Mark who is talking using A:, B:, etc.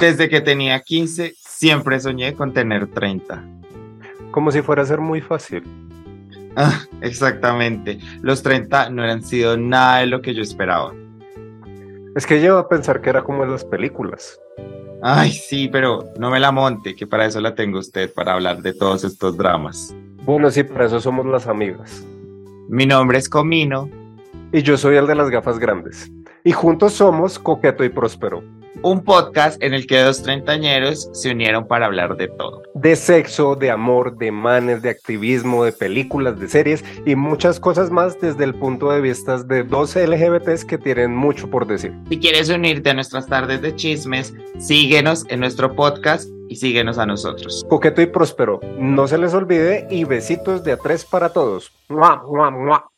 A: Desde que tenía 15, siempre soñé con tener 30.
B: Como si fuera a ser muy fácil.
A: Ah, exactamente. Los 30 no han sido nada de lo que yo esperaba.
B: Es que llevo a pensar que era como en las películas.
A: Ay, sí, pero no me la monte, que para eso la tengo usted, para hablar de todos estos dramas.
B: Bueno, sí, para eso somos las amigas.
A: Mi nombre es Comino.
B: Y yo soy el de las gafas grandes. Y juntos somos Coqueto y Próspero.
A: Un podcast en el que dos treintañeros se unieron para hablar de todo.
B: De sexo, de amor, de manes, de activismo, de películas, de series y muchas cosas más desde el punto de vista de dos LGBTs que tienen mucho por decir.
A: Si quieres unirte a nuestras tardes de chismes, síguenos en nuestro podcast y síguenos a nosotros.
B: Coqueto y Próspero, no se les olvide y besitos de a tres para todos. ¡Mua, mua, mua!